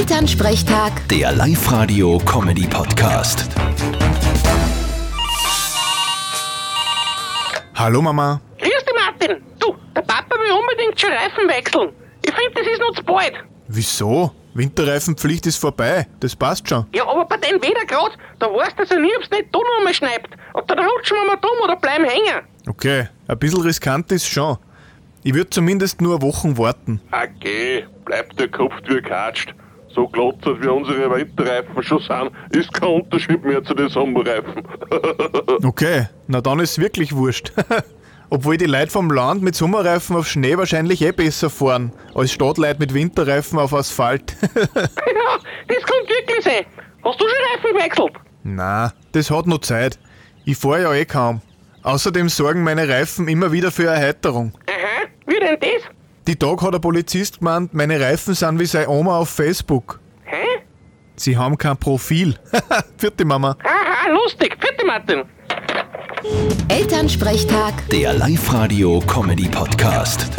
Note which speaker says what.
Speaker 1: Elternsprechtag,
Speaker 2: Der Live-Radio-Comedy-Podcast.
Speaker 3: Hallo Mama.
Speaker 4: Grüß dich, Martin. Du, der Papa will unbedingt schon Reifen wechseln. Ich finde, das ist noch zu bald.
Speaker 3: Wieso? Winterreifenpflicht ist vorbei. Das passt schon.
Speaker 4: Ja, aber bei dem Wetter grad, da weißt du ja nie, ob's nicht um da noch einmal schneit. Und dann rutschen wir mal dumm oder bleiben hängen.
Speaker 3: Okay, ein bisschen riskant ist schon. Ich würde zumindest nur Wochen warten.
Speaker 5: Okay, bleibt der Kopf wie gekatscht. So glotzert wie unsere Winterreifen schon sind, ist kein Unterschied mehr zu den Sommerreifen.
Speaker 3: Okay, na dann ist wirklich wurscht. Obwohl die Leute vom Land mit Sommerreifen auf Schnee wahrscheinlich eh besser fahren, als Stadtleute mit Winterreifen auf Asphalt.
Speaker 4: ja, das kann wirklich sein. Hast du schon Reifen gewechselt?
Speaker 3: na, das hat noch Zeit. Ich fahre ja eh kaum. Außerdem sorgen meine Reifen immer wieder für Erheiterung.
Speaker 4: Aha, wie denn das?
Speaker 3: Die Tag hat der Polizist gemeint, meine Reifen sind wie seine Oma auf Facebook.
Speaker 4: Hä?
Speaker 3: Sie haben kein Profil. Vierte Mama.
Speaker 4: Aha, lustig. Vierte, Martin.
Speaker 1: Elternsprechtag.
Speaker 2: Der Live-Radio-Comedy-Podcast.